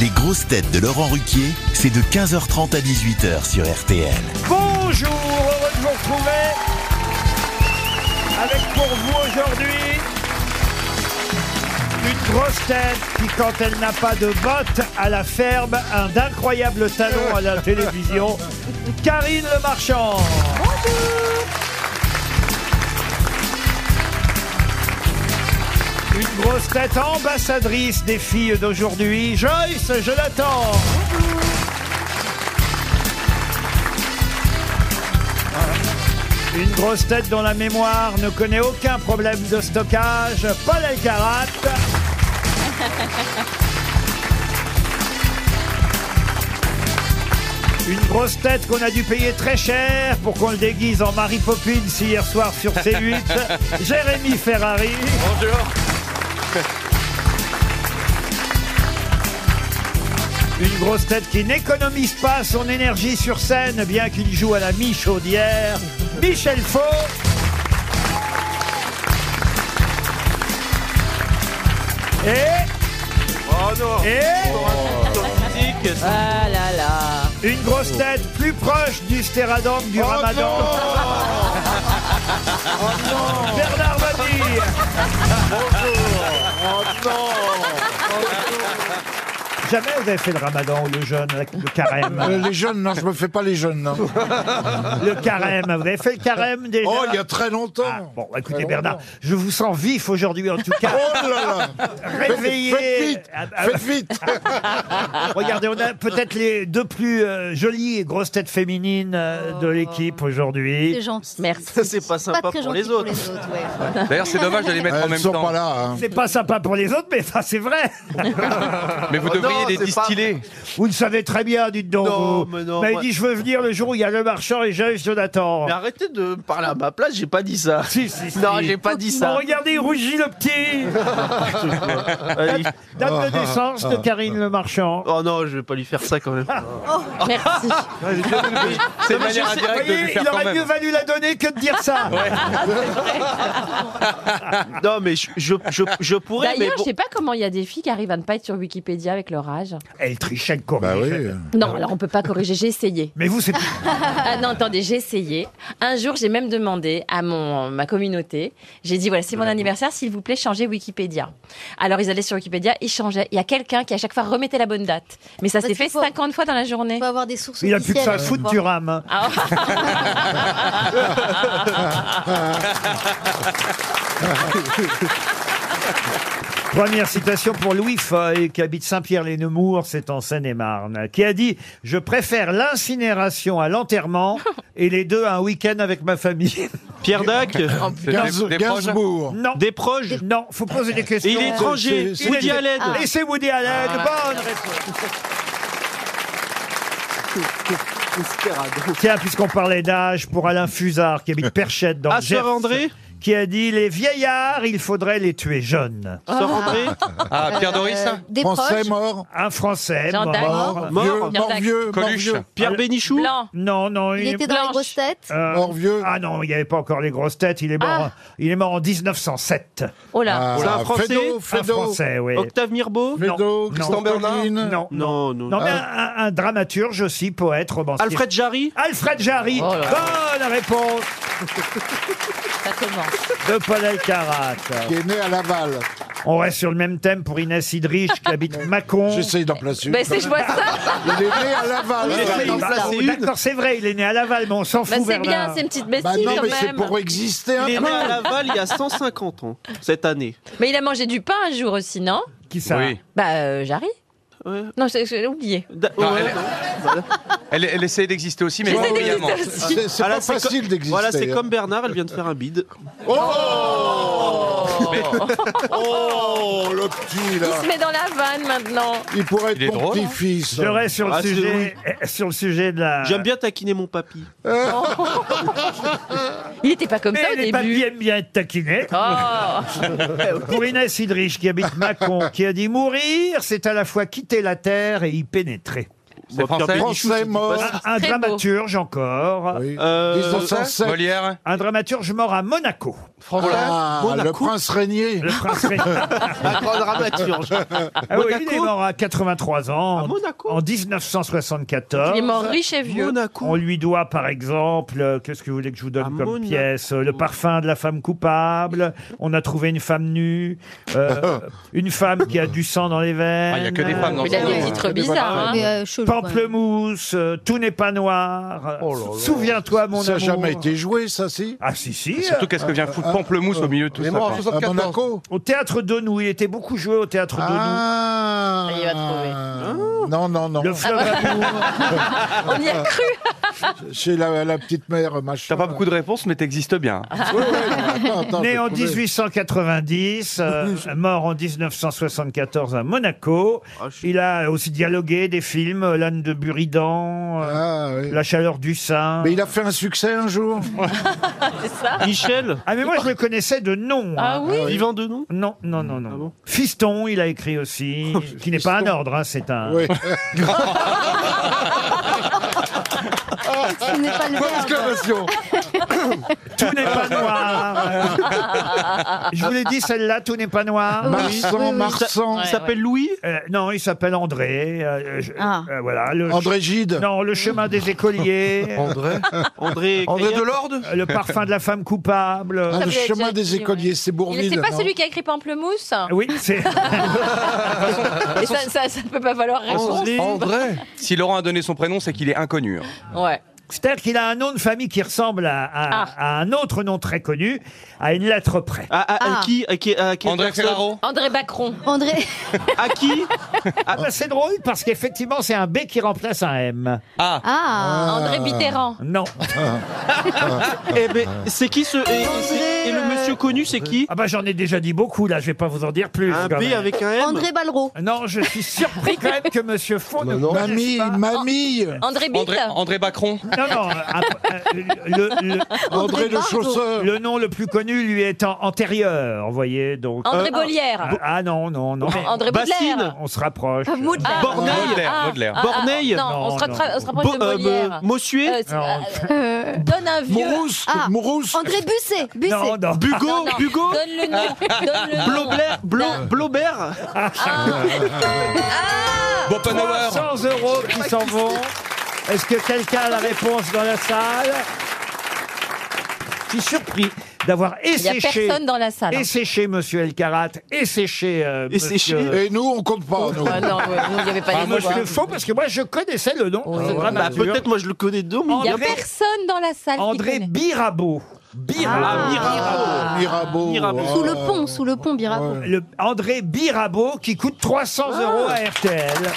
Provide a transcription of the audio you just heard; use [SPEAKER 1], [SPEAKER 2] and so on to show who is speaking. [SPEAKER 1] Les grosses têtes de Laurent Ruquier, c'est de 15h30 à 18h sur RTL.
[SPEAKER 2] Bonjour, heureux de vous retrouver avec pour vous aujourd'hui une grosse tête qui, quand elle n'a pas de bottes à la ferme, a d'incroyables talons à la télévision, Karine Le Marchand. Une grosse tête ambassadrice des filles d'aujourd'hui, Joyce Jonathan. Une grosse tête dont la mémoire ne connaît aucun problème de stockage, Paul Alcarat. Une grosse tête qu'on a dû payer très cher pour qu'on le déguise en Marie Poppins hier soir sur C8, Jérémy Ferrari.
[SPEAKER 3] Bonjour.
[SPEAKER 2] Une grosse tête qui n'économise pas son énergie sur scène, bien qu'il joue à la mi-chaudière, Michel Faux. Et
[SPEAKER 3] Oh non.
[SPEAKER 2] Et
[SPEAKER 4] Ah là là
[SPEAKER 2] une grosse tête plus proche du stéradome du ramadan. Oh Bernard Mabille. Jamais vous avez fait le ramadan ou le jeûne, le
[SPEAKER 5] Euh,
[SPEAKER 2] carême.
[SPEAKER 5] les jeunes, non, je me fais pas les jeunes, non.
[SPEAKER 2] le carême, vous avez fait le carême déjà
[SPEAKER 5] Oh, il y a très
[SPEAKER 2] Ah,
[SPEAKER 5] longtemps.
[SPEAKER 2] Bon, écoutez
[SPEAKER 5] longtemps.
[SPEAKER 2] Bernard, je vous sens vif aujourd'hui en tout cas.
[SPEAKER 5] Oh là là
[SPEAKER 2] Réveillé.
[SPEAKER 5] Faites vite
[SPEAKER 2] Ah, ah,
[SPEAKER 5] Faites vite
[SPEAKER 2] Regardez, on a peut-être les deux plus euh, jolies grosses têtes féminines euh, de l'équipe
[SPEAKER 6] Oh. C'est
[SPEAKER 2] aujourd'hui.
[SPEAKER 6] gentil.
[SPEAKER 4] Merci.
[SPEAKER 3] C'est pas
[SPEAKER 6] Pas
[SPEAKER 3] sympa
[SPEAKER 6] très
[SPEAKER 3] pour
[SPEAKER 6] gentil
[SPEAKER 3] les autres.
[SPEAKER 6] ouais.
[SPEAKER 7] D'ailleurs, c'est dommage de les mettre en
[SPEAKER 5] Elles
[SPEAKER 7] même
[SPEAKER 5] sont
[SPEAKER 7] temps.
[SPEAKER 5] pas là. hein.
[SPEAKER 2] C'est pas sympa pour les autres, mais ça c'est vrai.
[SPEAKER 7] Mais vous
[SPEAKER 3] Oh
[SPEAKER 7] devriez
[SPEAKER 3] non,
[SPEAKER 7] les
[SPEAKER 3] c'est pas-
[SPEAKER 7] distiller.
[SPEAKER 2] Vous le savez très bien, dites donc.
[SPEAKER 3] Non,
[SPEAKER 2] vous. Bah,
[SPEAKER 3] mais non,
[SPEAKER 2] il
[SPEAKER 3] moi-
[SPEAKER 2] dit, je veux venir le jour où il y a le marchand et j'ai Jonathan.
[SPEAKER 3] Mais arrêtez de parler à ma place, j'ai pas dit ça.
[SPEAKER 2] Si, si, si.
[SPEAKER 3] Non, j'ai pas dit
[SPEAKER 2] Bon,
[SPEAKER 3] ça.
[SPEAKER 2] regardez, il rougit le petit.
[SPEAKER 3] Allez.
[SPEAKER 2] Date de naissance de Karine le Marchand.
[SPEAKER 3] Oh non, je vais pas lui faire ça quand même.
[SPEAKER 4] Merci.
[SPEAKER 7] C'est une
[SPEAKER 3] mais je
[SPEAKER 7] manière
[SPEAKER 3] sais-
[SPEAKER 7] indirecte de
[SPEAKER 2] Voyez,
[SPEAKER 7] lui
[SPEAKER 2] il
[SPEAKER 7] faire quand
[SPEAKER 2] aurait mieux
[SPEAKER 7] même.
[SPEAKER 2] valu la donner que de dire ça.
[SPEAKER 3] Non, mais je, je, je, je pourrais, mais
[SPEAKER 4] D'ailleurs, je
[SPEAKER 3] bon.
[SPEAKER 4] sais pas comment il y a des filles qui arrivent à ne pas être sur Wikipédia avec leur âge.
[SPEAKER 2] Elle trichait le corps.
[SPEAKER 5] Bah oui.
[SPEAKER 4] Non, alors on peut pas corriger, j'ai essayé.
[SPEAKER 2] Mais vous, c'est
[SPEAKER 4] Ah non, attendez, j'ai essayé. Un jour, j'ai même demandé à mon, ma communauté, j'ai dit, voilà, c'est mon anniversaire, s'il vous plaît, changez Wikipédia. Alors, ils allaient sur Wikipédia, ils changeaient. Il y a quelqu'un qui, à chaque fois, remettait la bonne date. Mais ça
[SPEAKER 6] Bah,
[SPEAKER 4] s'est
[SPEAKER 6] tu
[SPEAKER 4] fait
[SPEAKER 6] vois.
[SPEAKER 4] 50 fois dans la journée.
[SPEAKER 6] Il faut avoir des sources
[SPEAKER 2] Il a plus que ça à
[SPEAKER 6] officielles,
[SPEAKER 2] foutre
[SPEAKER 6] hein. je
[SPEAKER 2] du hein.
[SPEAKER 6] crois.
[SPEAKER 2] rame.
[SPEAKER 4] Ah,
[SPEAKER 2] Première citation pour Louis Foy, qui habite Saint-Pierre-les-Nemours, c'est en Seine-et-Marne, qui a dit « Je préfère l'incinération à l'enterrement et les deux à un week-end avec ma famille.
[SPEAKER 3] Pierre Dac, Ah,
[SPEAKER 7] C'est
[SPEAKER 5] Gainsbourg-
[SPEAKER 7] des- des proches. hein.
[SPEAKER 5] Gainsbourg.
[SPEAKER 2] Non,
[SPEAKER 3] des proches.
[SPEAKER 2] non, faut poser des questions.
[SPEAKER 3] Et il est Ah. étranger,
[SPEAKER 5] C'est- c'est-
[SPEAKER 3] Woody
[SPEAKER 2] est-
[SPEAKER 3] Allen.
[SPEAKER 2] Et c'est Woody Allen, bonne réponse. Tiens, puisqu'on parlait d'âge, pour Alain Fusard, qui habite Perchette dans
[SPEAKER 3] Ah,
[SPEAKER 2] le Gers,
[SPEAKER 3] Sœur André
[SPEAKER 2] qui a dit « Les vieillards, il faudrait les tuer jeunes
[SPEAKER 3] Sœur André
[SPEAKER 7] Ah, Pierre Doris
[SPEAKER 6] Euh, des
[SPEAKER 5] Français
[SPEAKER 6] proches.
[SPEAKER 5] mort ».
[SPEAKER 2] Un Français
[SPEAKER 4] Jean d'Arc.
[SPEAKER 2] Ah, mort.
[SPEAKER 5] Mort,
[SPEAKER 3] Mort.
[SPEAKER 5] vieux,
[SPEAKER 4] Pierre
[SPEAKER 5] mort
[SPEAKER 4] Dac.
[SPEAKER 5] vieux, mort
[SPEAKER 7] Coluche.
[SPEAKER 5] vieux.
[SPEAKER 3] Pierre Bénichou
[SPEAKER 4] blanc.
[SPEAKER 2] Non, non,
[SPEAKER 6] Il
[SPEAKER 2] est
[SPEAKER 6] était dans
[SPEAKER 4] Blanche.
[SPEAKER 6] les grosses têtes.
[SPEAKER 2] Euh,
[SPEAKER 5] Mort vieux.
[SPEAKER 2] Ah non, il n'y avait pas encore les grosses têtes. Il est mort,
[SPEAKER 4] Ah.
[SPEAKER 2] il est mort en 1907.
[SPEAKER 4] Oh là.
[SPEAKER 5] Ah,
[SPEAKER 3] C'est un Français
[SPEAKER 5] Fédot,
[SPEAKER 2] Un
[SPEAKER 5] Fédot,
[SPEAKER 2] français, oui.
[SPEAKER 3] Octave Mirbeau
[SPEAKER 2] Non,
[SPEAKER 5] Fédot,
[SPEAKER 2] non,
[SPEAKER 5] Christian
[SPEAKER 7] Bernard.
[SPEAKER 5] Bernard.
[SPEAKER 2] Non,
[SPEAKER 3] Non, non.
[SPEAKER 2] non, mais un, un- un dramaturge aussi, poète, romancier.
[SPEAKER 3] Alfred Jarry
[SPEAKER 2] Alfred Jarry. Bonne réponse
[SPEAKER 5] Ah.
[SPEAKER 4] Ça commence.
[SPEAKER 2] de Paul Alcarat.
[SPEAKER 5] qui est né à Laval.
[SPEAKER 2] On reste sur le même thème pour Inès Idrich qui habite Mâcon.
[SPEAKER 5] J'essaye d'en placer une. Ah,
[SPEAKER 4] Ben, c'est, je vois ça.
[SPEAKER 5] Il est né à Laval.
[SPEAKER 6] Mais
[SPEAKER 5] voilà.
[SPEAKER 3] c'est
[SPEAKER 2] Bah,
[SPEAKER 3] une place,
[SPEAKER 2] oh,
[SPEAKER 3] c'est une.
[SPEAKER 2] D'accord, c'est vrai, il est né à Laval, mais on s'en
[SPEAKER 4] Bah,
[SPEAKER 2] fout,
[SPEAKER 4] c'est bien,
[SPEAKER 2] Bernard.
[SPEAKER 4] c'est une petite bêtise
[SPEAKER 5] Bah non,
[SPEAKER 4] quand
[SPEAKER 5] mais c'est
[SPEAKER 4] même.
[SPEAKER 5] pour exister un
[SPEAKER 3] Il est né
[SPEAKER 5] peu.
[SPEAKER 3] à Laval il y a 150 ans, cette année.
[SPEAKER 4] Mais il a mangé du pain un jour aussi, non
[SPEAKER 2] Qui ça
[SPEAKER 7] Oui.
[SPEAKER 4] Bah, euh, j'arrive.
[SPEAKER 3] Ouais.
[SPEAKER 4] Non, j'ai- j'ai oublié.
[SPEAKER 3] Da-
[SPEAKER 7] Non,
[SPEAKER 3] ouais,
[SPEAKER 7] elle est-
[SPEAKER 3] non.
[SPEAKER 7] Elle, elle essayait d'exister aussi, mais
[SPEAKER 4] J'essaie
[SPEAKER 7] brillamment.
[SPEAKER 4] d'exister aussi.
[SPEAKER 5] C'est c'est
[SPEAKER 3] Voilà,
[SPEAKER 5] pas
[SPEAKER 3] c'est co-
[SPEAKER 5] facile d'exister.
[SPEAKER 3] Voilà, c'est
[SPEAKER 5] hein.
[SPEAKER 3] comme Bernard, elle vient de faire un bide.
[SPEAKER 5] Oh, le petit,
[SPEAKER 4] Il
[SPEAKER 5] là.
[SPEAKER 4] se met dans la vanne maintenant.
[SPEAKER 5] Il pourrait
[SPEAKER 7] Il est
[SPEAKER 5] être mon
[SPEAKER 7] drôle, hein.
[SPEAKER 5] petit-fils.
[SPEAKER 2] Je reste sur le,
[SPEAKER 3] Ah, c'est
[SPEAKER 2] sujet, eh, sur le sujet de la...
[SPEAKER 3] J'aime bien taquiner mon papy.
[SPEAKER 4] Il était pas comme
[SPEAKER 2] Mais
[SPEAKER 4] ça au
[SPEAKER 2] Eh, les
[SPEAKER 4] début.
[SPEAKER 2] papilles aiment bien être taquinés.
[SPEAKER 4] Oh
[SPEAKER 2] Pour Inès Idrich, qui habite Mâcon, qui a dit Mourir, c'est à la fois quitter la terre et y pénétrer.
[SPEAKER 7] C'est français
[SPEAKER 5] Français mort.
[SPEAKER 2] Un, un
[SPEAKER 4] Ah, Très beau.
[SPEAKER 2] dramaturge encore.
[SPEAKER 5] Oui.
[SPEAKER 3] Euh,
[SPEAKER 5] 1907.
[SPEAKER 7] Molière
[SPEAKER 2] Un dramaturge mort à Monaco.
[SPEAKER 5] Ah, le prince régné.
[SPEAKER 2] Le prince Ré-
[SPEAKER 3] Un grand dramaturge.
[SPEAKER 2] Ah oui, il est mort à 83 ans. en-
[SPEAKER 3] Monaco
[SPEAKER 2] En 1974.
[SPEAKER 4] Il est mort riche et vieux.
[SPEAKER 2] On
[SPEAKER 3] Monaco.
[SPEAKER 2] lui doit, par exemple, euh, qu'est-ce que vous voulez que je vous donne
[SPEAKER 3] À
[SPEAKER 2] comme
[SPEAKER 3] Monaco.
[SPEAKER 2] pièce Euh, Le parfum de la femme coupable. On a trouvé une femme nue. euh, une femme qui a du sang dans les veines. Euh,
[SPEAKER 7] Ah, il y a que des femmes dans
[SPEAKER 4] Il a
[SPEAKER 7] ce
[SPEAKER 4] des
[SPEAKER 7] monde.
[SPEAKER 4] titres
[SPEAKER 2] Ah.
[SPEAKER 4] bizarres.
[SPEAKER 6] Mais
[SPEAKER 4] hein.
[SPEAKER 6] euh, chelou, quand même.
[SPEAKER 2] Pamplemousse, euh, tout n'est pas noir. euh,
[SPEAKER 5] Oh là là.
[SPEAKER 2] Souviens-toi, mon
[SPEAKER 5] ça n'a
[SPEAKER 2] amour.
[SPEAKER 5] jamais été joué, ça, si
[SPEAKER 2] Ah si si.
[SPEAKER 7] Surtout qu'est-ce que vient foutre Pamplemousse au milieu de tout ça quoi.
[SPEAKER 5] À Monaco
[SPEAKER 2] Au théâtre Donou, il était beaucoup joué au théâtre Donou.
[SPEAKER 5] Ah
[SPEAKER 4] Il va trouver.
[SPEAKER 5] Non, non, non.
[SPEAKER 2] Le fleuve amour.
[SPEAKER 4] On y a cru.
[SPEAKER 5] Chez la, la petite mère, machin.
[SPEAKER 7] T'as pas beaucoup de réponses, mais t'existes bien.
[SPEAKER 5] Ouais, ouais, attends,
[SPEAKER 3] Ah,
[SPEAKER 5] attends, je
[SPEAKER 2] Né
[SPEAKER 5] vais
[SPEAKER 2] en
[SPEAKER 5] trouver.
[SPEAKER 2] 1890, euh, mort en 1974 à Monaco.
[SPEAKER 3] Ah, je suis-
[SPEAKER 2] Il a aussi dialogué des films euh, L'âne de Buridan, euh,
[SPEAKER 5] Ah, oui.
[SPEAKER 2] La chaleur du sein.
[SPEAKER 5] Mais il a fait un succès un jour.
[SPEAKER 3] Michel
[SPEAKER 2] Ah mais moi je le connaissais de nom.
[SPEAKER 4] Ah
[SPEAKER 2] hein.
[SPEAKER 4] oui.
[SPEAKER 3] Vivant de nom
[SPEAKER 2] Non, non, non, non.
[SPEAKER 3] Ah bon Oh,
[SPEAKER 2] Fiston, il a écrit aussi, qui n'est pas un ordre, hein, c'est un...
[SPEAKER 5] Oui.
[SPEAKER 6] Ce n'est pas le verbe.
[SPEAKER 5] Exclamation.
[SPEAKER 2] Tout n'est pas noir. je vous l'ai dit, celle-là, tout n'est pas noir.
[SPEAKER 5] Marsan,
[SPEAKER 6] Oui, oui.
[SPEAKER 5] Marsan.
[SPEAKER 4] Ouais.
[SPEAKER 3] Il s'appelle Louis
[SPEAKER 2] Euh, non, il s'appelle André. euh, je-
[SPEAKER 6] Ah.
[SPEAKER 2] euh, voilà. Le
[SPEAKER 5] André Gide.
[SPEAKER 2] Non, le chemin des écoliers,
[SPEAKER 5] André.
[SPEAKER 3] André
[SPEAKER 5] André
[SPEAKER 3] Cayenne
[SPEAKER 5] Delorde
[SPEAKER 2] euh, le parfum de la femme coupable.
[SPEAKER 5] Ah,
[SPEAKER 4] Ça
[SPEAKER 5] Le
[SPEAKER 4] vous l'avez
[SPEAKER 5] chemin
[SPEAKER 4] déjà
[SPEAKER 5] des
[SPEAKER 4] dit,
[SPEAKER 5] écoliers,
[SPEAKER 4] ouais.
[SPEAKER 5] c'est
[SPEAKER 4] Il-
[SPEAKER 5] Bourville.
[SPEAKER 4] C'est pas
[SPEAKER 5] non
[SPEAKER 4] celui qui a écrit Pamplemousse
[SPEAKER 2] Euh, Oui, c'est
[SPEAKER 4] Et ça, ça, ça peut pas valoir réponse.
[SPEAKER 3] André
[SPEAKER 7] André Si Laurent a donné son prénom, c'est qu'il est inconnu. hein.
[SPEAKER 4] Ouais.
[SPEAKER 2] c'est-à-dire qu'il a un nom de famille qui ressemble à, à-
[SPEAKER 4] Ah.
[SPEAKER 2] à un autre nom très connu, à une lettre près.
[SPEAKER 3] à, à- à
[SPEAKER 6] Ah.
[SPEAKER 3] qui à qui à quelle
[SPEAKER 7] André
[SPEAKER 3] personne
[SPEAKER 7] Ferraro
[SPEAKER 4] André Bacron.
[SPEAKER 6] André,
[SPEAKER 3] À qui
[SPEAKER 2] Ah bah, c'est drôle parce qu'effectivement c'est un B qui remplace un M.
[SPEAKER 7] Ah
[SPEAKER 6] ah,
[SPEAKER 4] André Mitterrand.
[SPEAKER 2] Non.
[SPEAKER 3] Eh ben, c'est qui ce. Et, et c'est- et le monsieur connu, c'est qui
[SPEAKER 2] Ah bah j'en ai déjà dit beaucoup là, je vais pas vous en dire plus.
[SPEAKER 3] Un
[SPEAKER 2] quand
[SPEAKER 3] B
[SPEAKER 2] même.
[SPEAKER 3] avec un M
[SPEAKER 6] André Balrot,
[SPEAKER 2] Non, je suis surpris quand même que Monsieur Faux
[SPEAKER 3] Bah
[SPEAKER 2] ne connaisse
[SPEAKER 5] Mamie,
[SPEAKER 2] pas.
[SPEAKER 5] mamie.
[SPEAKER 4] André Bitt.
[SPEAKER 7] André, André Bacron
[SPEAKER 2] Non, non, euh, ap- euh, le, le-
[SPEAKER 5] André
[SPEAKER 6] André
[SPEAKER 5] le
[SPEAKER 6] Barbeau.
[SPEAKER 5] chausseur.
[SPEAKER 2] le nom le plus connu lui étant antérieur, vous voyez donc.
[SPEAKER 4] André
[SPEAKER 2] Euh,
[SPEAKER 4] Bollière.
[SPEAKER 2] ah, ah, non, non, non. mais
[SPEAKER 4] André
[SPEAKER 3] Bassine.
[SPEAKER 4] Baudelaire.
[SPEAKER 2] on se rapproche.
[SPEAKER 6] Maudelaire.
[SPEAKER 4] Ah,
[SPEAKER 3] Borneille.
[SPEAKER 7] Baudelaire,
[SPEAKER 4] ah,
[SPEAKER 7] Baudelaire.
[SPEAKER 4] ah, ah,
[SPEAKER 3] Borneille.
[SPEAKER 4] Non,
[SPEAKER 2] Non,
[SPEAKER 4] on se rattra-
[SPEAKER 2] non.
[SPEAKER 4] on se rapproche de
[SPEAKER 3] Bo- euh,
[SPEAKER 4] Molière.
[SPEAKER 3] Mossuet
[SPEAKER 4] Euh, c'est-
[SPEAKER 2] Non.
[SPEAKER 4] euh, donne un vieux.
[SPEAKER 5] Mourousse.
[SPEAKER 6] Ah.
[SPEAKER 5] Mourousse.
[SPEAKER 6] André Busset, Busset.
[SPEAKER 2] Non, non.
[SPEAKER 3] Bugo
[SPEAKER 4] Non, non,
[SPEAKER 3] Bugo
[SPEAKER 4] Donne le nom. Donne le nom.
[SPEAKER 3] Blaubert
[SPEAKER 2] Ah.
[SPEAKER 3] Blo- Blaubert
[SPEAKER 7] Boppenhauer
[SPEAKER 2] 100 euros qui s'en vont. Est-ce que quelqu'un a la réponse dans la salle Je suis surpris d'avoir
[SPEAKER 4] Il n'y a
[SPEAKER 2] esséché,
[SPEAKER 4] personne dans la salle. hein.
[SPEAKER 2] esséché Monsieur Elkarat, esséché euh,
[SPEAKER 3] Esséché.
[SPEAKER 2] Monsieur,
[SPEAKER 5] Et nous, on compte pas. nous.
[SPEAKER 4] Ah non, ouais, nous, il n'y avait pas
[SPEAKER 7] Ah,
[SPEAKER 4] les
[SPEAKER 7] moi,
[SPEAKER 4] mots.
[SPEAKER 7] je
[SPEAKER 2] Monsieur
[SPEAKER 4] hein.
[SPEAKER 2] Faux, parce que moi je connaissais le nom.
[SPEAKER 4] Oui.
[SPEAKER 2] C'est
[SPEAKER 4] Bah,
[SPEAKER 2] vraiment
[SPEAKER 3] Bah,
[SPEAKER 2] dur.
[SPEAKER 3] peut-être moi je le connais de nom,
[SPEAKER 4] Il n'y a
[SPEAKER 2] André-
[SPEAKER 4] personne dans la salle. qui
[SPEAKER 2] André
[SPEAKER 4] connaît.
[SPEAKER 2] Birabeau. Birabeau.
[SPEAKER 3] Ah, Mirabeau.
[SPEAKER 5] Mirabeau.
[SPEAKER 3] Mirabeau.
[SPEAKER 5] ah.
[SPEAKER 6] Sous le pont, sous le pont, Birabeau.
[SPEAKER 5] Ouais.
[SPEAKER 4] Ah.
[SPEAKER 2] Le André Birabeau qui coûte 300 euros à RTL.